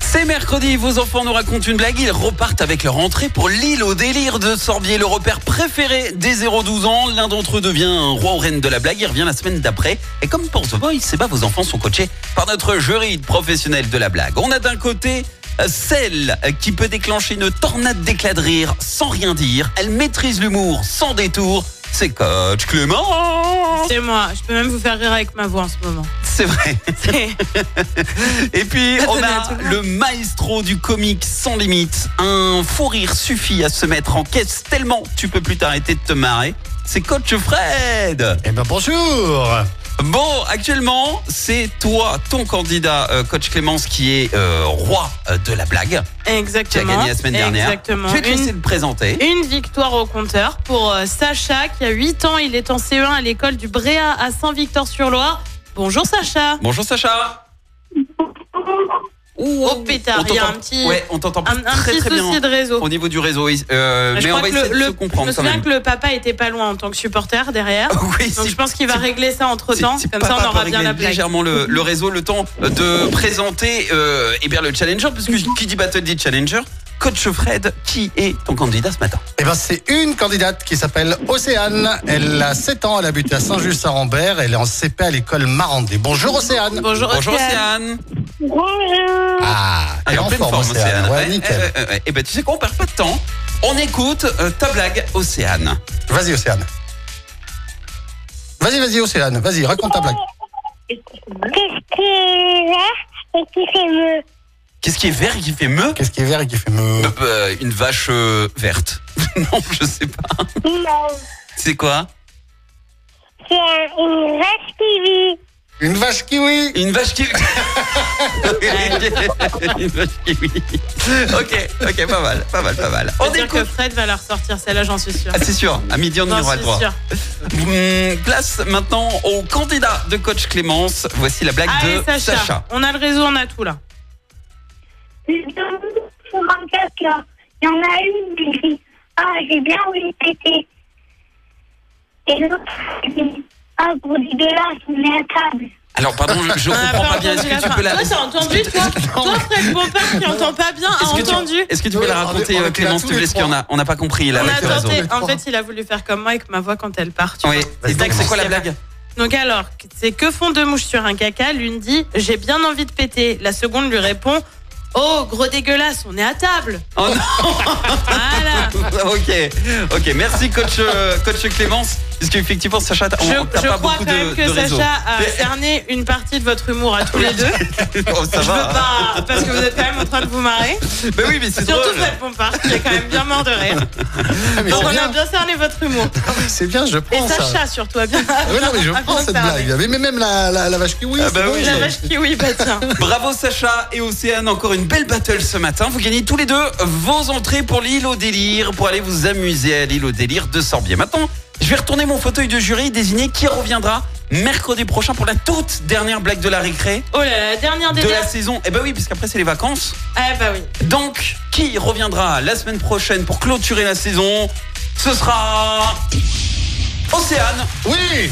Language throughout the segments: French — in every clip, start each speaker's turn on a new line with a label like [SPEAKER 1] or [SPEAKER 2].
[SPEAKER 1] C'est mercredi, vos enfants nous racontent une blague, ils repartent avec leur entrée pour l'île au délire de Sorbier, le repère préféré des 0-12 ans. L'un d'entre eux devient un roi ou reine de la blague, il revient la semaine d'après. Et comme pour The Voice, eh ben, vos enfants sont coachés par notre jury de professionnels de la blague. On a d'un côté euh, celle qui peut déclencher une tornade d'éclats de rire sans rien dire. Elle maîtrise l'humour sans détour. C'est coach Clément
[SPEAKER 2] C'est moi, je peux même vous faire rire avec ma voix en ce moment.
[SPEAKER 1] C'est vrai
[SPEAKER 2] C'est-
[SPEAKER 1] Et puis on
[SPEAKER 2] donnait à
[SPEAKER 1] a
[SPEAKER 2] tout le
[SPEAKER 1] le maestro du comique sans limite. Un fou rire suffit à se mettre en caisse tellement tu peux plus t'arrêter de te marrer. C'est coach Fred.
[SPEAKER 3] Eh ben bonjour
[SPEAKER 1] Bon, actuellement, c'est toi, ton candidat, euh, coach Clémence, qui est euh, roi euh, de la blague, qui a
[SPEAKER 2] Exactement.
[SPEAKER 1] gagné la semaine dernière.
[SPEAKER 2] Exactement.
[SPEAKER 1] Je vais te laisser
[SPEAKER 2] Une,
[SPEAKER 1] le présenter.
[SPEAKER 2] une victoire au compteur pour euh, Sacha qui a 8 ans, il est en CE1 à l'école du Bréa à Saint-Victor-sur-Loire. Bonjour Sacha.
[SPEAKER 1] Bonjour Sacha. Ouh,
[SPEAKER 2] Oh, pétard,
[SPEAKER 1] on
[SPEAKER 2] il y a
[SPEAKER 1] t'entend-
[SPEAKER 2] un petit-
[SPEAKER 1] ouais, on t'entend
[SPEAKER 2] Un, un
[SPEAKER 1] très
[SPEAKER 2] petit
[SPEAKER 1] très bien
[SPEAKER 2] souci de réseau.
[SPEAKER 1] au niveau du réseau. oui. Euh,
[SPEAKER 2] Je
[SPEAKER 1] mais
[SPEAKER 2] crois
[SPEAKER 1] on va
[SPEAKER 2] que
[SPEAKER 1] essayer
[SPEAKER 2] le-
[SPEAKER 1] de se
[SPEAKER 2] le- je
[SPEAKER 1] comprendre
[SPEAKER 2] me
[SPEAKER 1] quand
[SPEAKER 2] souviens
[SPEAKER 1] même. Oh,
[SPEAKER 2] que le papa était pas loin en tant que supporter derrière.
[SPEAKER 1] Oui,
[SPEAKER 2] Donc
[SPEAKER 1] si-
[SPEAKER 2] je pense qu'il va
[SPEAKER 1] si-
[SPEAKER 2] régler ça entre
[SPEAKER 1] Si-
[SPEAKER 2] temps.
[SPEAKER 1] si
[SPEAKER 2] Comme
[SPEAKER 1] papa
[SPEAKER 2] ça, on
[SPEAKER 1] peut
[SPEAKER 2] aura bien
[SPEAKER 1] régler
[SPEAKER 2] la blague.
[SPEAKER 1] légèrement le, le réseau, le temps de présenter euh, eh bien, le challenger, parce que qui dit battle dit challenger. Coach Fred, qui est ton candidat ce matin
[SPEAKER 3] Eh ben c'est une candidate qui s'appelle Océane. Elle a 7 ans, elle habite à Saint-Just-à-Rambert. Elle est en CP à l'école Marandé. Bonjour Océane
[SPEAKER 2] Bonjour, Océane.
[SPEAKER 1] Océane.
[SPEAKER 3] Ah,
[SPEAKER 1] Elle est en pleine forme, Océane.
[SPEAKER 3] Ouais,
[SPEAKER 1] Ouais,
[SPEAKER 3] nickel.
[SPEAKER 1] ouais, ouais, ouais. Eh ben, tu sais quoi, on perd pas de temps. On écoute euh, ta blague, Océane.
[SPEAKER 3] Vas-y Océane. Vas-y, vas-y Océane, vas-y, raconte ta blague.
[SPEAKER 4] Qu'est-ce qui est là et qui fait me
[SPEAKER 1] Qu'est-ce qui est vert et qui fait me
[SPEAKER 3] Qu'est-ce qui est vert et qui fait me...
[SPEAKER 1] Euh, euh, Une vache euh, verte. non, je sais pas.
[SPEAKER 4] Non,
[SPEAKER 1] C'est quoi
[SPEAKER 4] c'est un- une vache qui vit.
[SPEAKER 3] Une vache kiwi
[SPEAKER 1] Une vache qui. une vache qui. oui. Ok, ok, pas mal, pas mal, pas mal. On
[SPEAKER 2] dire que
[SPEAKER 1] écoute.
[SPEAKER 2] Fred va la ressortir, celle-là, j'en suis sûre.
[SPEAKER 1] Ah, c'est sûr, à midi on y
[SPEAKER 2] J'en
[SPEAKER 1] aura le
[SPEAKER 2] suis
[SPEAKER 1] droit.
[SPEAKER 2] sûre.
[SPEAKER 1] Hmm, Place maintenant au candidat de coach Clémence. Voici la blague
[SPEAKER 2] Allez,
[SPEAKER 1] de
[SPEAKER 2] Sacha.
[SPEAKER 1] Sacha.
[SPEAKER 2] On a le réseau, on a tout là.
[SPEAKER 4] Sur 24 là, il y en a une qui dit Ah, j'ai bien voulu péter. Et l'autre qui dit Ah, gros dégueulasse, on est à table.
[SPEAKER 1] Alors, pardon, je, je
[SPEAKER 2] On a
[SPEAKER 1] comprends
[SPEAKER 2] pas
[SPEAKER 1] pas bien. Est-ce
[SPEAKER 2] entendu la
[SPEAKER 1] que tu
[SPEAKER 2] fin.
[SPEAKER 1] peux
[SPEAKER 2] Toi, t'as
[SPEAKER 1] la. Est-ce
[SPEAKER 2] entendu, toi Toi, Fred Pompard, qui entend pas bien, a
[SPEAKER 1] que tu-
[SPEAKER 2] entendu.
[SPEAKER 1] est-ce que tu peux la
[SPEAKER 3] Oui, on est-
[SPEAKER 1] raconter,
[SPEAKER 3] on est
[SPEAKER 1] euh, Clémence,
[SPEAKER 3] tous
[SPEAKER 1] s'il te plaît,
[SPEAKER 3] les
[SPEAKER 1] parce qu'on a, on n'a pas compris là
[SPEAKER 2] On
[SPEAKER 1] avec le
[SPEAKER 2] a
[SPEAKER 1] réseau.
[SPEAKER 2] tenté.
[SPEAKER 3] raison.
[SPEAKER 2] En fait, il a voulu faire comme moi avec ma voix quand elle part. tu
[SPEAKER 1] Oui.
[SPEAKER 2] vois.
[SPEAKER 1] Et donc, c'est quoi la blague
[SPEAKER 2] Donc alors, c'est que font deux mouches sur un caca L'une dit j'ai bien envie de péter. La seconde lui répond oh gros dégueulasse, on est à table.
[SPEAKER 1] Oh non
[SPEAKER 2] Voilà.
[SPEAKER 1] Ok, ok, merci coach, euh, coach Clémence, parce qu'effectivement Sacha, t'as-
[SPEAKER 2] Je,
[SPEAKER 1] on- t'as
[SPEAKER 2] je
[SPEAKER 1] pas
[SPEAKER 2] crois
[SPEAKER 1] beaucoup
[SPEAKER 2] quand
[SPEAKER 1] de,
[SPEAKER 2] même que
[SPEAKER 1] de réseau.
[SPEAKER 2] Sacha a
[SPEAKER 1] Mais-
[SPEAKER 2] cerné une partie de votre humour à tous les deux.
[SPEAKER 1] Oh, ça
[SPEAKER 2] Je veux
[SPEAKER 1] va.
[SPEAKER 2] pas, parce que vous êtes quand même en train de vous marrer.
[SPEAKER 1] Bah oui, mais c'est
[SPEAKER 2] Surtout
[SPEAKER 1] drôle.
[SPEAKER 2] Fred Pompard, qui est quand même bien mort de rire.
[SPEAKER 3] Ah, mais
[SPEAKER 2] Donc
[SPEAKER 3] c'est
[SPEAKER 2] on a
[SPEAKER 3] bien,
[SPEAKER 2] bien cerné votre humour.
[SPEAKER 3] c'est bien, je
[SPEAKER 2] Et
[SPEAKER 3] prends ça.
[SPEAKER 2] Sacha surtout a bien.
[SPEAKER 3] Ouais, non, mais je
[SPEAKER 2] a
[SPEAKER 3] prends
[SPEAKER 2] bien
[SPEAKER 3] cette
[SPEAKER 2] cerné.
[SPEAKER 3] blague. Mais mais même la, la, la vache kiwi,
[SPEAKER 1] Ah, bah
[SPEAKER 3] c'est
[SPEAKER 1] oui.
[SPEAKER 3] bon.
[SPEAKER 2] La vache kiwi, bah tiens.
[SPEAKER 1] Bravo Sacha et Océane, encore une belle battle ce matin. Vous gagnez tous les deux vos entrées pour l'île au délire, pour aller vous amuser à l'île au délire de Sorbier. Maintenant, je vais retourner mon fauteuil de jury, désigner qui reviendra mercredi prochain pour la toute dernière blague de la récré
[SPEAKER 2] Oh là là, dernière des
[SPEAKER 1] de la
[SPEAKER 2] dernières.
[SPEAKER 1] saison. Eh bah oui, puisqu'après c'est les vacances.
[SPEAKER 2] Ah bah oui.
[SPEAKER 1] Donc, qui reviendra la semaine prochaine pour clôturer la saison Ce sera Océane.
[SPEAKER 3] Oui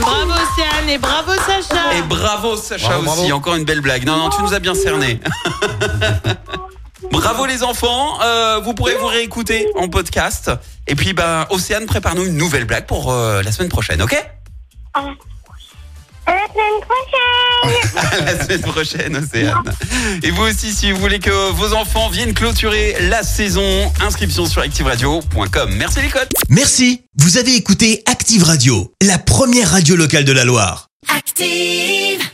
[SPEAKER 2] Bravo Océane et bravo Sacha.
[SPEAKER 1] Et bravo Sacha
[SPEAKER 3] Bravo,
[SPEAKER 1] aussi,
[SPEAKER 3] bravo.
[SPEAKER 1] encore une belle blague. Non, non, tu nous as bien cerné. bravo les enfants, Euh, vous pourrez vous réécouter en podcast. Et puis, bah, Océane, prépare-nous une nouvelle blague pour euh, la semaine prochaine, ok
[SPEAKER 4] À la semaine prochaine
[SPEAKER 1] À la semaine prochaine, Océane. Et vous aussi, si vous voulez que vos enfants viennent clôturer la saison, inscription sur activeradio.com. Merci les cotes
[SPEAKER 5] Merci, vous avez écouté Active Radio, la première radio locale de la Loire.
[SPEAKER 6] active.